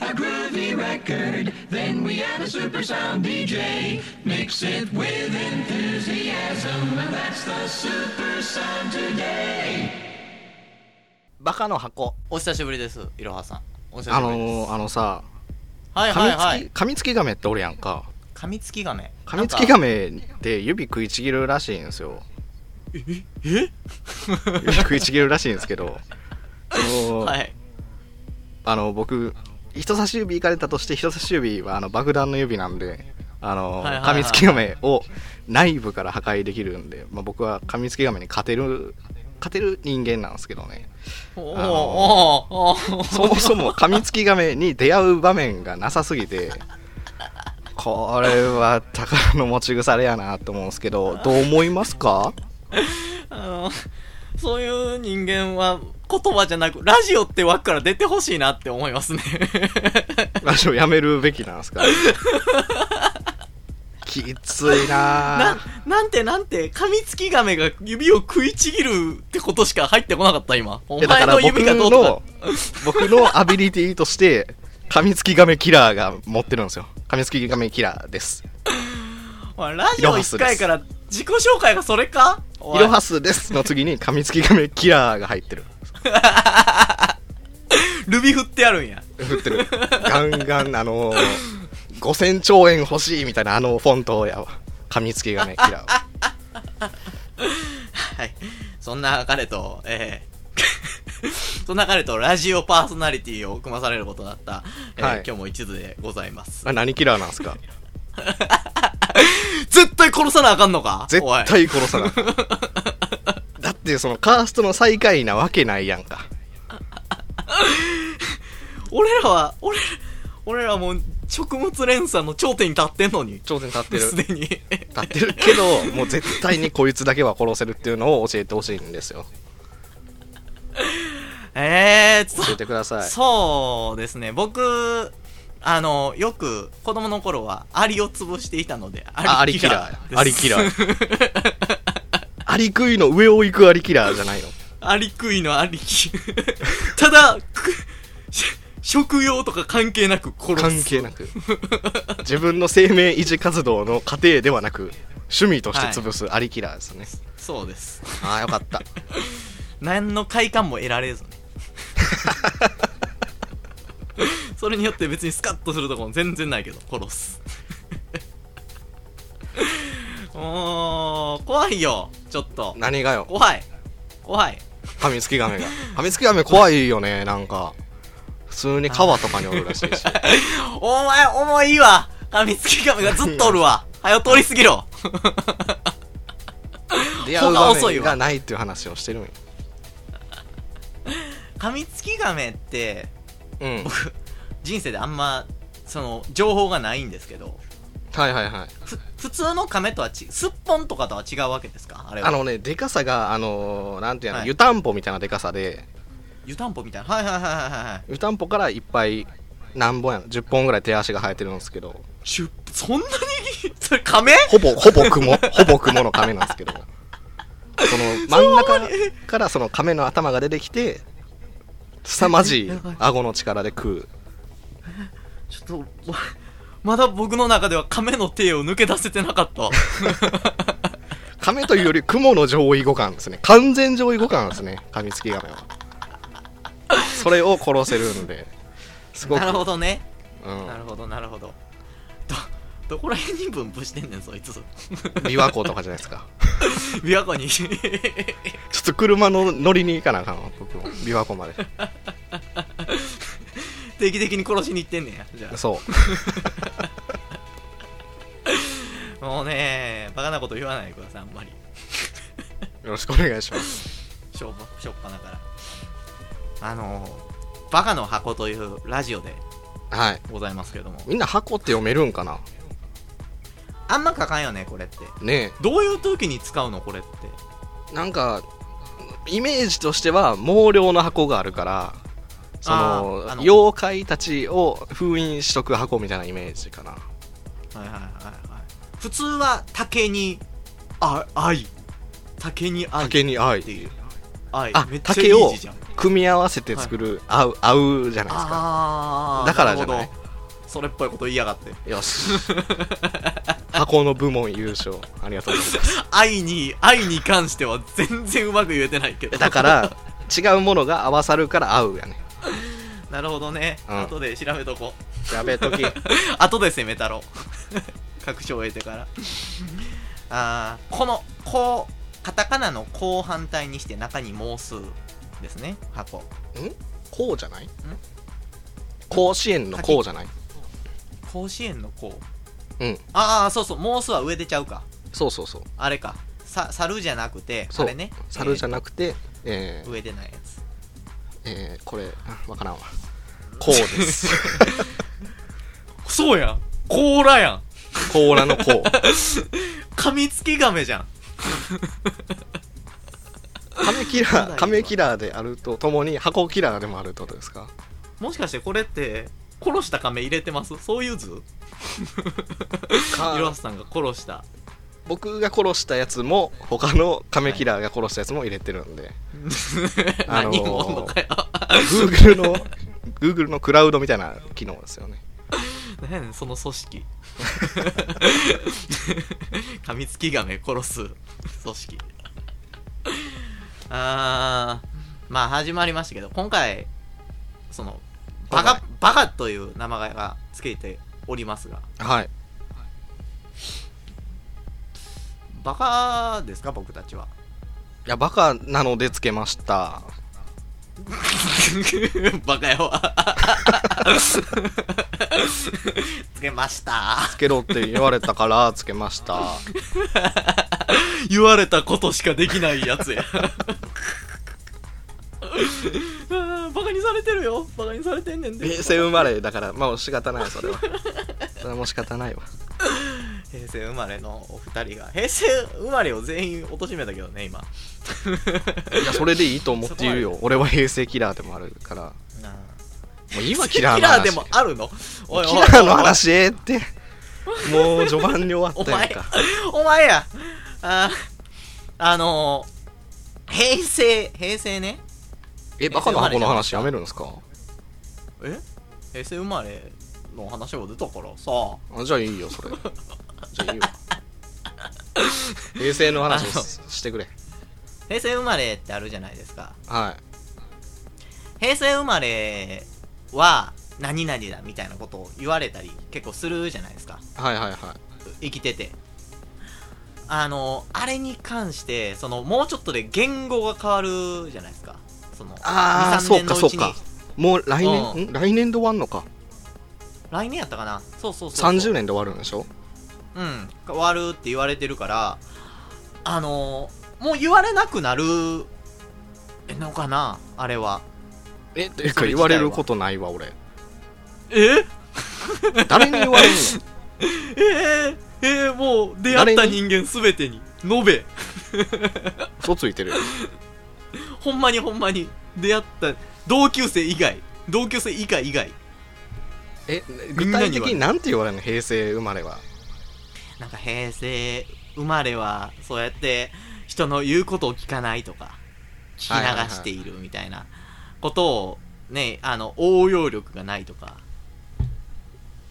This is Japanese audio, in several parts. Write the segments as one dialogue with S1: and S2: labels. S1: heavy record. Then we add a super sound DJ. Mix it with enthusiasm. And that's the super sound today.
S2: バカの箱
S3: お久しぶりですいろはさんお久し
S2: あ
S3: ぶりです
S2: のーあのさ
S3: はい
S2: 噛み
S3: は
S2: つ
S3: い
S2: き,、
S3: はい
S2: 噛みつきガメっておるやんか
S3: 噛みつきガメ
S2: 噛みつきガメって指食いちぎるらしいんですよええ 指食いちぎるらしいんですけどそ
S3: な
S2: の、
S3: んか はい
S2: あの僕人差し指いかれたとして人差し指はあの爆弾の指なんであ
S3: は
S2: の、
S3: いはいはい
S2: 噛みつきガメを内部から破壊できるんで、まあ、僕は噛みつきガメに勝てる勝てる人間なんですけどね
S3: おーおー
S2: あの
S3: おーおー
S2: そもそも噛みつきガメに出会う場面がなさすぎてこれは宝の持ち腐れやなと思うんですけどどう思いますか
S3: あのそういう人間は言葉じゃなくラジオって枠から出てほしいなって思い ますね
S2: ラジオやめるべきなんですかきついな
S3: な
S2: ぁ
S3: なんてなんて噛みつきガメが指を食いちぎるってことしか入ってこなかった今お
S2: いやだ
S3: 前
S2: から
S3: の
S2: 僕
S3: 指がどうとか
S2: の僕のアビリティとして噛みつきガメキラーが持ってるんですよ噛みつきガメキラーです
S3: おいラジオ1回から自己紹介がそれかお
S2: イ
S3: い
S2: ロハスですの次に噛みつきガメキラーが入ってる
S3: ルビ振ってあるんや
S2: 振ってるガンガンあのー、5000兆円欲しいみたいなあのフォントやわ噛みつき がね嫌う
S3: はい。そんな彼と、えー そんな彼とラジオパーソナリティを組まされることになった、えー
S2: はい
S3: 今日も一途でございます。
S2: あ何キラーなんすか
S3: 絶対殺さなあかんのか
S2: 絶
S3: おい
S2: 対殺さないだってそのカーストの最下位なわけないやんか
S3: 俺らは、俺ら、俺らもう食物連鎖の頂点に立ってんのに。
S2: 頂点立ってる
S3: すで
S2: 立
S3: に。
S2: ってるけどもう絶対にこいつだけは殺せるっていうのを教えてほしいんですよ
S3: えー、そ
S2: 教えてください
S3: そうですね。僕、あの、よく子供の頃はアリを潰していたので、
S2: あア
S3: ア
S2: リ
S3: リ
S2: キ
S3: キ
S2: ラ
S3: ラ
S2: ー
S3: ー。
S2: やアリキラーアリ食いの上を行くアリキラーじゃないの
S3: アリクイのアリキ。 ただ、くし食用とか関係なく殺す。
S2: 関係なく自分の生命維持活動の過程ではなく趣味として潰すアリキラーですね、
S3: そうです。
S2: ああよかった
S3: 何の快感も得られずね。 それによって別にスカッとするとこも全然ないけど、殺す。 もう、怖いよ、ちょっと。
S2: 何がよ
S3: 怖い。怖い。
S2: カミツキガメがカミツキガメ怖いよねなんか普通に川とかにおるらしい し
S3: お前、重いわ。噛みつきガメがずっとおるわ。はよ通り過ぎろ。
S2: 出会
S3: 他
S2: う場
S3: 遅い
S2: 面
S3: わ
S2: がないっていう話をしてるんよ
S3: 噛みつきガメって、
S2: うん
S3: 僕人生であんまその情報がないんですけど
S2: はいはいはい
S3: ふ普通の亀とはちすっぽんとかとは違うわけですかあれは
S2: あのねでかさがあのーなんていうの、
S3: はい
S2: 湯たんぽみたいなでかさで
S3: 湯たんぽみたいなはいはいはいはいはいはい
S2: 湯たんぽからいっぱい何本やの10本ぐらい手足が生えてるんですけど
S3: しゅそんなに それ亀
S2: ほぼ、ほぼ雲、 ほぼ雲の亀なんですけど。その真ん中からその亀の頭が出てきて、凄ま じい顎の力で食う。
S3: ちょっと わまだ僕の中では亀の手を抜け出せてなかった わ
S2: 亀というより雲の上位互換ですね。完全上位互換ですね。噛みつき亀は。それを殺せるんで。すごく。
S3: なるほどね、
S2: うん
S3: なるほどなるほどどどこら辺に分布してんねんそいつ
S2: 琵琶湖とかじゃないですか。
S3: 琵琶湖に
S2: ちょっと車の乗りに行かなあかんわ、僕も。琵琶湖まで。
S3: 定期的に殺しに行ってんねんやじゃあ
S2: そう。
S3: もうねバカなこと言わないでくださいあんまり
S2: よろしくお願いします。
S3: しょうばしょっぱなからあのーバカの箱というラジオで
S2: はい。
S3: ございますけども
S2: みんな箱って読めるんかな
S3: あんま書かんよねこれって
S2: ねえ。
S3: どういう時に使うのこれって
S2: なんかイメージとしては毛量の箱があるからその
S3: あーあの
S2: 妖怪たちを封印しとく箱みたいなイメージかな
S3: はいはいはいはい普通は竹にあ愛竹に愛
S2: 竹に愛
S3: っていう愛
S2: あ
S3: めっちゃいい
S2: 竹を
S3: 字じゃん
S2: 組み合わせて作る、合う合うじゃないですか
S3: あー
S2: だからじゃ
S3: な
S2: な
S3: る
S2: い
S3: ほそれっぽいこと言いやがって。
S2: よし箱の部門優勝ありがとうございます
S3: 愛に、愛に関しては全然うまく言えてないけど。
S2: だか。ら違うものが合わさるから合うやね
S3: なるほどね。
S2: うん
S3: 後で調べとこう。
S2: やべえ時
S3: 後で攻めたろう。 確証を得てから。あーこの、こう、カタカナのこう反対にして中に猛数ですね。箱。
S2: こうじゃない甲子園のこうじゃない
S3: 甲子園のこう。
S2: うん。
S3: ああ、そうそう、猛数は上でちゃうか。
S2: そうそうそう
S3: あれか。さ、猿じゃなくて、
S2: そ
S3: あ
S2: う
S3: れね。
S2: 猿じゃ
S3: な
S2: なくてえー
S3: 上でないやつ。
S2: えーこれあわからんわこうです
S3: そうやん。甲羅やん。
S2: 甲羅のこう
S3: 噛みつきガメじゃん。
S2: カメキ
S3: そうだ
S2: ラ
S3: よ
S2: ーカメキラーであるとともに箱キラーでもあるってことですか
S3: もしかしてこれって、殺した亀入れてますそういう図
S2: か
S3: イロハスさんが殺 した。
S2: 僕が殺したやつも他のカメキラーが殺したやつも入れてるんで、あのー
S3: 何をおんのかよ。
S2: Google の Google のクラウドみたいな機能ですよね
S3: 何やねん、その組織。 噛みつき亀殺す組織。あー、まあ始まりましたけど、今回、その、バ
S2: は
S3: カ
S2: い、
S3: バカという名前が付けておりますが、
S2: はい
S3: バカですか僕たちは。
S2: いやバカなのでつけました
S3: バカ よ。つけました。
S2: つけろって言われたからつけました
S3: 言われたことしかできないやつや。あー バカにされてるよ。バカにされてんねんで。
S2: 平成生まれだからまあ仕方ないそれはそれはもう仕方ないわ
S3: 平成生まれのお二人が、平成生まれを全員貶としめたけどね、今。
S2: いやそれでいいと思っているよ俺は平成キラーでもあるからも う今キラー
S3: キ
S2: の
S3: ラーで
S2: 話
S3: もあるのおいおい
S2: キラーの話ええってもう序盤に終わ
S3: お
S2: ったやん
S3: 前
S2: か、
S3: お前や。あー、あのー、平成、平成ね。
S2: えバカの箱の話やめるんですか
S3: え平成生まれの話も出たからさ
S2: あじゃあいいよそれじゃあいいよ平成の話をししてくれ
S3: 平成生まれってあるじゃないですか
S2: は
S3: 平成生まれは何々だみたいなことを言われたり結構するじゃないですか
S2: いはいはいは
S3: 生きててあのあれに関してそのもうちょっとで言語が変わるじゃないですかその
S2: あー
S3: 23年のうち
S2: そう
S3: に
S2: かそうかいもう来
S3: う
S2: 年ん来年で終わるのか
S3: 来年やったかなそうそうそうそう
S2: 30年で終わるんでしょ
S3: うん、変わるって言われてるから、あのー、もう言われなくなる、え、のかなあれは。
S2: えっていうか言われることないわ俺
S3: え
S2: 誰に言われんの
S3: えー、えー、もう出会った人間すべてに、述べ。
S2: 嘘ついてるよ
S3: ほんまにほんまに、出会った、同級生以外、同級生以下以外。
S2: え
S3: みん
S2: 具
S3: なに言われる
S2: 体的になんて言われるの平成生まれは
S3: なんか平成生まれは、そうやって人の言うことを聞かないとか、聞き流しているみたいなことを、ね、あの、応用力がないとか。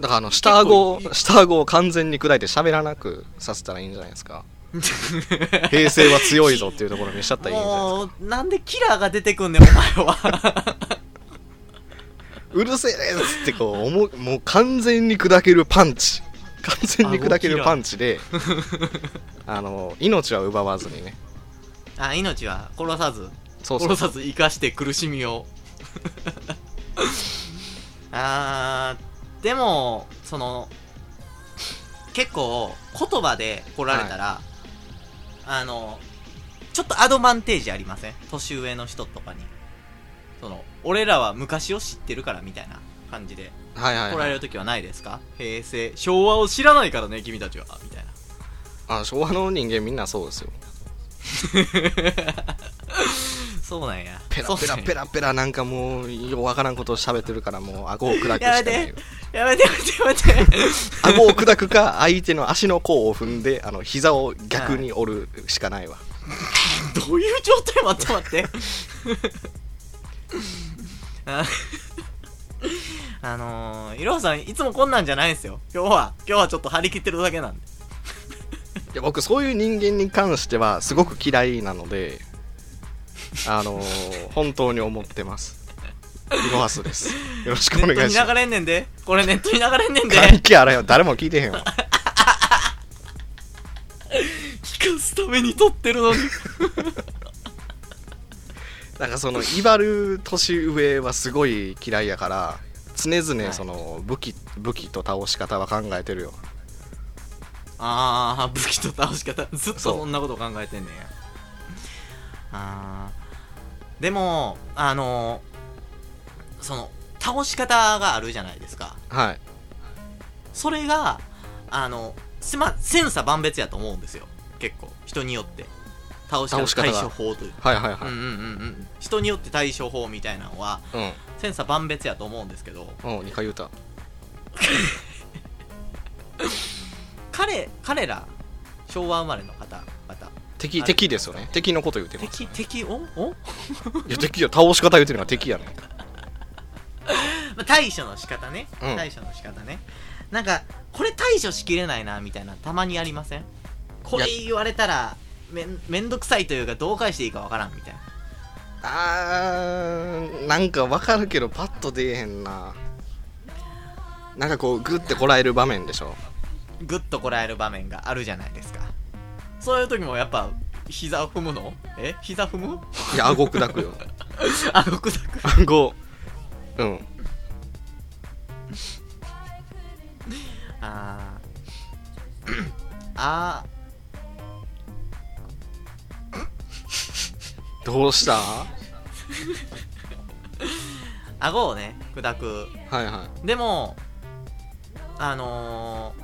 S2: だからあの下顎を
S3: 結構いい
S2: 下顎を完全に砕いて喋らなくさせたらいいんじゃないですか平成は強いぞっていうところにしちゃったらいいんじゃないですか
S3: もう、なんでキラーが出てくんねん、お前は。
S2: うるせえですってこう思うもう完全に砕けるパンチ完全に砕けるパンチであの命は奪わずにね
S3: あ、命は殺さず、
S2: そうそ
S3: 殺
S2: う
S3: さず生かして苦しみを。 あー、でも、その、結構、言葉で来られたら、あの、ちょっとアドバンテージありません年上の人とかに。その、俺らは昔を知ってるからみたいな感じで
S2: はいは
S3: 来
S2: い、
S3: ら
S2: は
S3: れ
S2: い
S3: る、ときはないですか、平成、昭和を知らないからね、君たちは、みたいな。
S2: あ昭和の人間みんなそうですよ
S3: そうなんや。
S2: ペラペラペ
S3: ラ。
S2: ラペラなんかもうようわからんことを喋ってるからもう顎を砕くし
S3: やめ
S2: かないよ
S3: て、やめて、やめて、やめて。
S2: 顎を砕くか相手の足の甲を踏んであの膝を逆に折るしかないわ、
S3: どういう状態待って待って。あ あのー、いろはさん、いつもこんなんじゃないんですよ。今日は、今日はちょっと張り切ってるだけなんで。
S2: いや僕そういう人間に関してはすごく嫌いなので あのー本当に思ってますイロハスですよろしくお
S3: ネッ
S2: 願
S3: ト
S2: い
S3: に
S2: しま
S3: 流
S2: す
S3: れんねんで。これネットに流れんねんで。
S2: 関係あらよ誰も聞いてへんよ
S3: 聞かすために撮ってるのに。
S2: なんかその威張る年上はすごい嫌いやから常々その武器武器と倒し方は考えてるよ
S3: ああ、武器と倒し方。ずっと
S2: そう
S3: そんなこと考えてんねんや。あーでも、あのー、その、倒し方があるじゃないですか。
S2: はい
S3: それが、あの、せま、千差万別やと思うんですよ。結構。人によって。倒し方
S2: 倒し方が
S3: 対処法という。
S2: はいはいは
S3: うん
S2: い
S3: うんうんうん。人によって対処法みたいなのは、
S2: う
S3: 千差万別やと思うんですけど、
S2: んうん2回言うた
S3: 彼、彼ら、昭和生まれの方々、
S2: 敵
S3: あれ
S2: 敵ですよね敵のこと言っ てます
S3: 敵、敵、おお
S2: いや敵や倒し方言ってるのは敵やね
S3: まあ対処の仕方ね、
S2: うん
S3: 対処の仕方ねなんかこれ対処しきれないなみたいなたまにありませんこれ言われたらめんめんどくさいというかどう返していいかわからんみたいな
S2: あーなんかわかるけどパッと出えへんななんかこうグッてこらえる場面でしょ
S3: グッとこらえる場面があるじゃないですかそういう時もやっぱ膝を踏むのえ膝踏む
S2: いや顎砕くよ
S3: あのくだく
S2: 顎うん
S3: あー あ
S2: どうした
S3: ー顎をね砕く
S2: はいは
S3: でもあの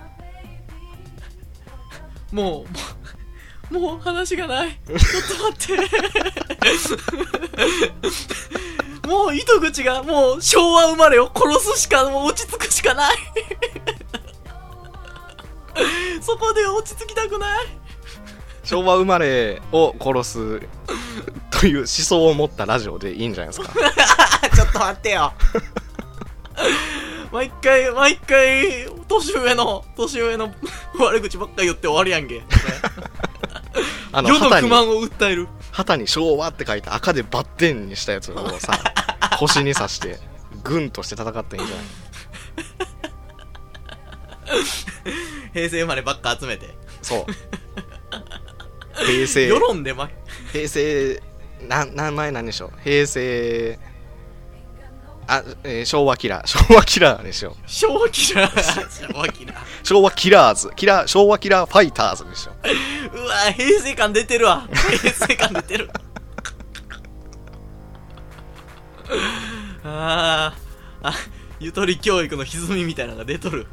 S3: ー、もうもうもう話がないちょっと待ってもう糸口がもう昭和生まれを殺すしかもう落ち着くしかないそこで落ち着きたくない
S2: い昭和生まれを殺すという思想を持ったラジオでいいんじゃないですか
S3: あちょっと待ってよ毎回毎回年上の年上の悪口ばっか言って終わるやんけ
S2: あの
S3: 世の
S2: 旗
S3: 不
S2: に
S3: 満を訴える
S2: 旗に昭和って書いて赤でバッテンにしたやつ をさ星に刺して軍として戦っていいんじゃない
S3: 平成生まればっか集めて
S2: そう平成
S3: 世論でま
S2: 平成な名前何でしょう平成あ、えー昭和キラー 昭和キラーでしょう
S3: 昭和キラー 昭和キラー
S2: 昭和キラーズキラー昭和キラーファイターズでしょう
S3: うわ平成感出てるわ平成感出てるあーあゆとり教育の歪みみたいなのが出とる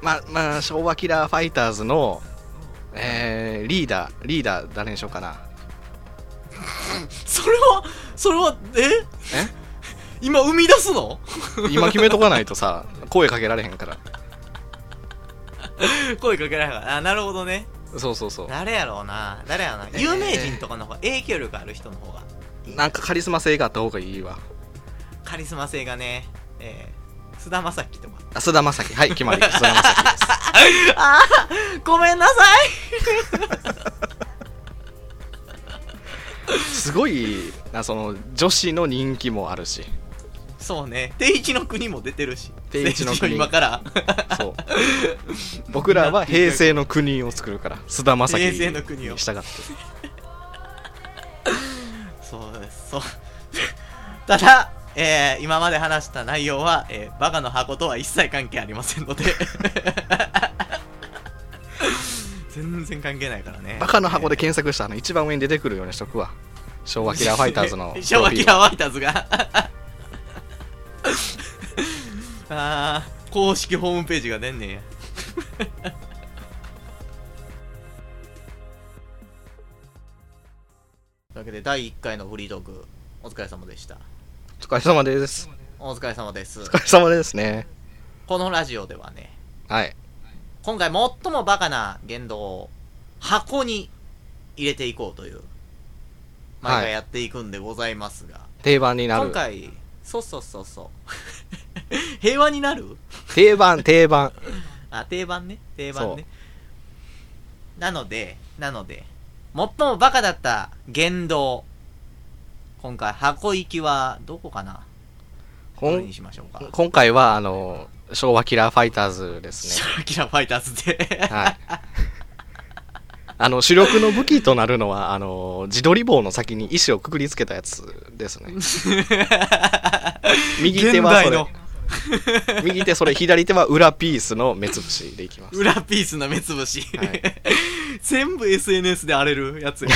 S2: まあまあ昭和キラーファイターズのえーリーダーリーダー誰にしようかな
S3: それはそれはえ
S2: え
S3: 今生み出すの
S2: 今決めとかないとさ声かけられへんから
S3: 声かけられなからあなるほどね
S2: そうそうそう
S3: 誰やろうな誰やろうな
S2: えー
S3: 有名人とかの方が影響力ある人の方が
S2: なんかカリスマ性があった方がいいわ
S3: カリスマ性がねえー菅、田将暉とか
S2: あ菅田将暉はい決まり菅田将暉です
S3: ああごめんなさ
S2: すごいなその女子の人気もあるし
S3: いそうね定一の国も出てるし
S2: 定一の国
S3: 定今 から
S2: そう僕らは平成の国を作るから菅田将暉
S3: 平成の国を
S2: に従って
S3: そうですそうただえー、今まで話した内容は、えー、バカの箱とは一切関係ありませんの で全然関係ないからね
S2: バカの箱で検索したあの一番上に出てくるようにしとくわ昭和キラーファイター ズの
S3: 昭和キ
S2: ー
S3: ラーファイターズ があー公式ホームページが出ん ねんやというわけで第1回のフリートークお疲れ様でした
S2: お疲れ様です
S3: お疲れ様です
S2: お疲れ様ですね
S3: このラジオではね
S2: はい
S3: 今回最もバカな言動を箱に入れていこうという毎回やっていくんでございますが、
S2: 定番にな
S3: 今
S2: る。
S3: 回そうそうそうそう 平和になる
S2: 定番、定番。
S3: あ定番ね定番
S2: そう
S3: ねなのでなので最もバカだった言動今回箱行きはどこかな
S2: こ
S3: どれ
S2: ん
S3: にしましょうか
S2: 今回は、あの、昭和キラーファイターズです
S3: シ
S2: ね。
S3: ャラキラファイターズで
S2: はい。あの、主力の武器となるのは、あの、自撮り棒の先に石をくくりつけたやつですね。右手はそれ
S3: 現。
S2: 右手それ、左手は裏ピースの目つぶしでいきます。
S3: 裏ピースの目つぶし、
S2: はい
S3: 全部 SNS で荒れるや つや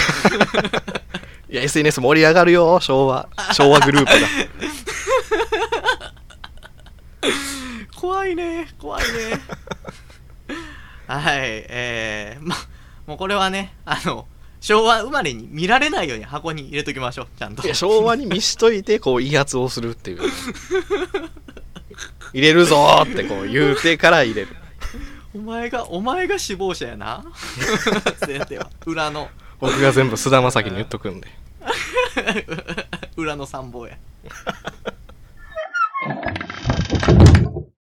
S2: いや、SNS 盛り上がるよ、昭和。昭和グループが。
S3: 怖いね怖いねはいえー、まもうこれはねあの昭和生まれに見られないように箱に入れときましょうちゃんと
S2: いや昭和に見しといてこう威圧をするっていう入れるぞーってこう言うてから入れる
S3: お前が、お前が死亡者やな。 先生は。裏の、
S2: 僕が全部菅田将暉に言っとくんで
S3: 裏の参謀や。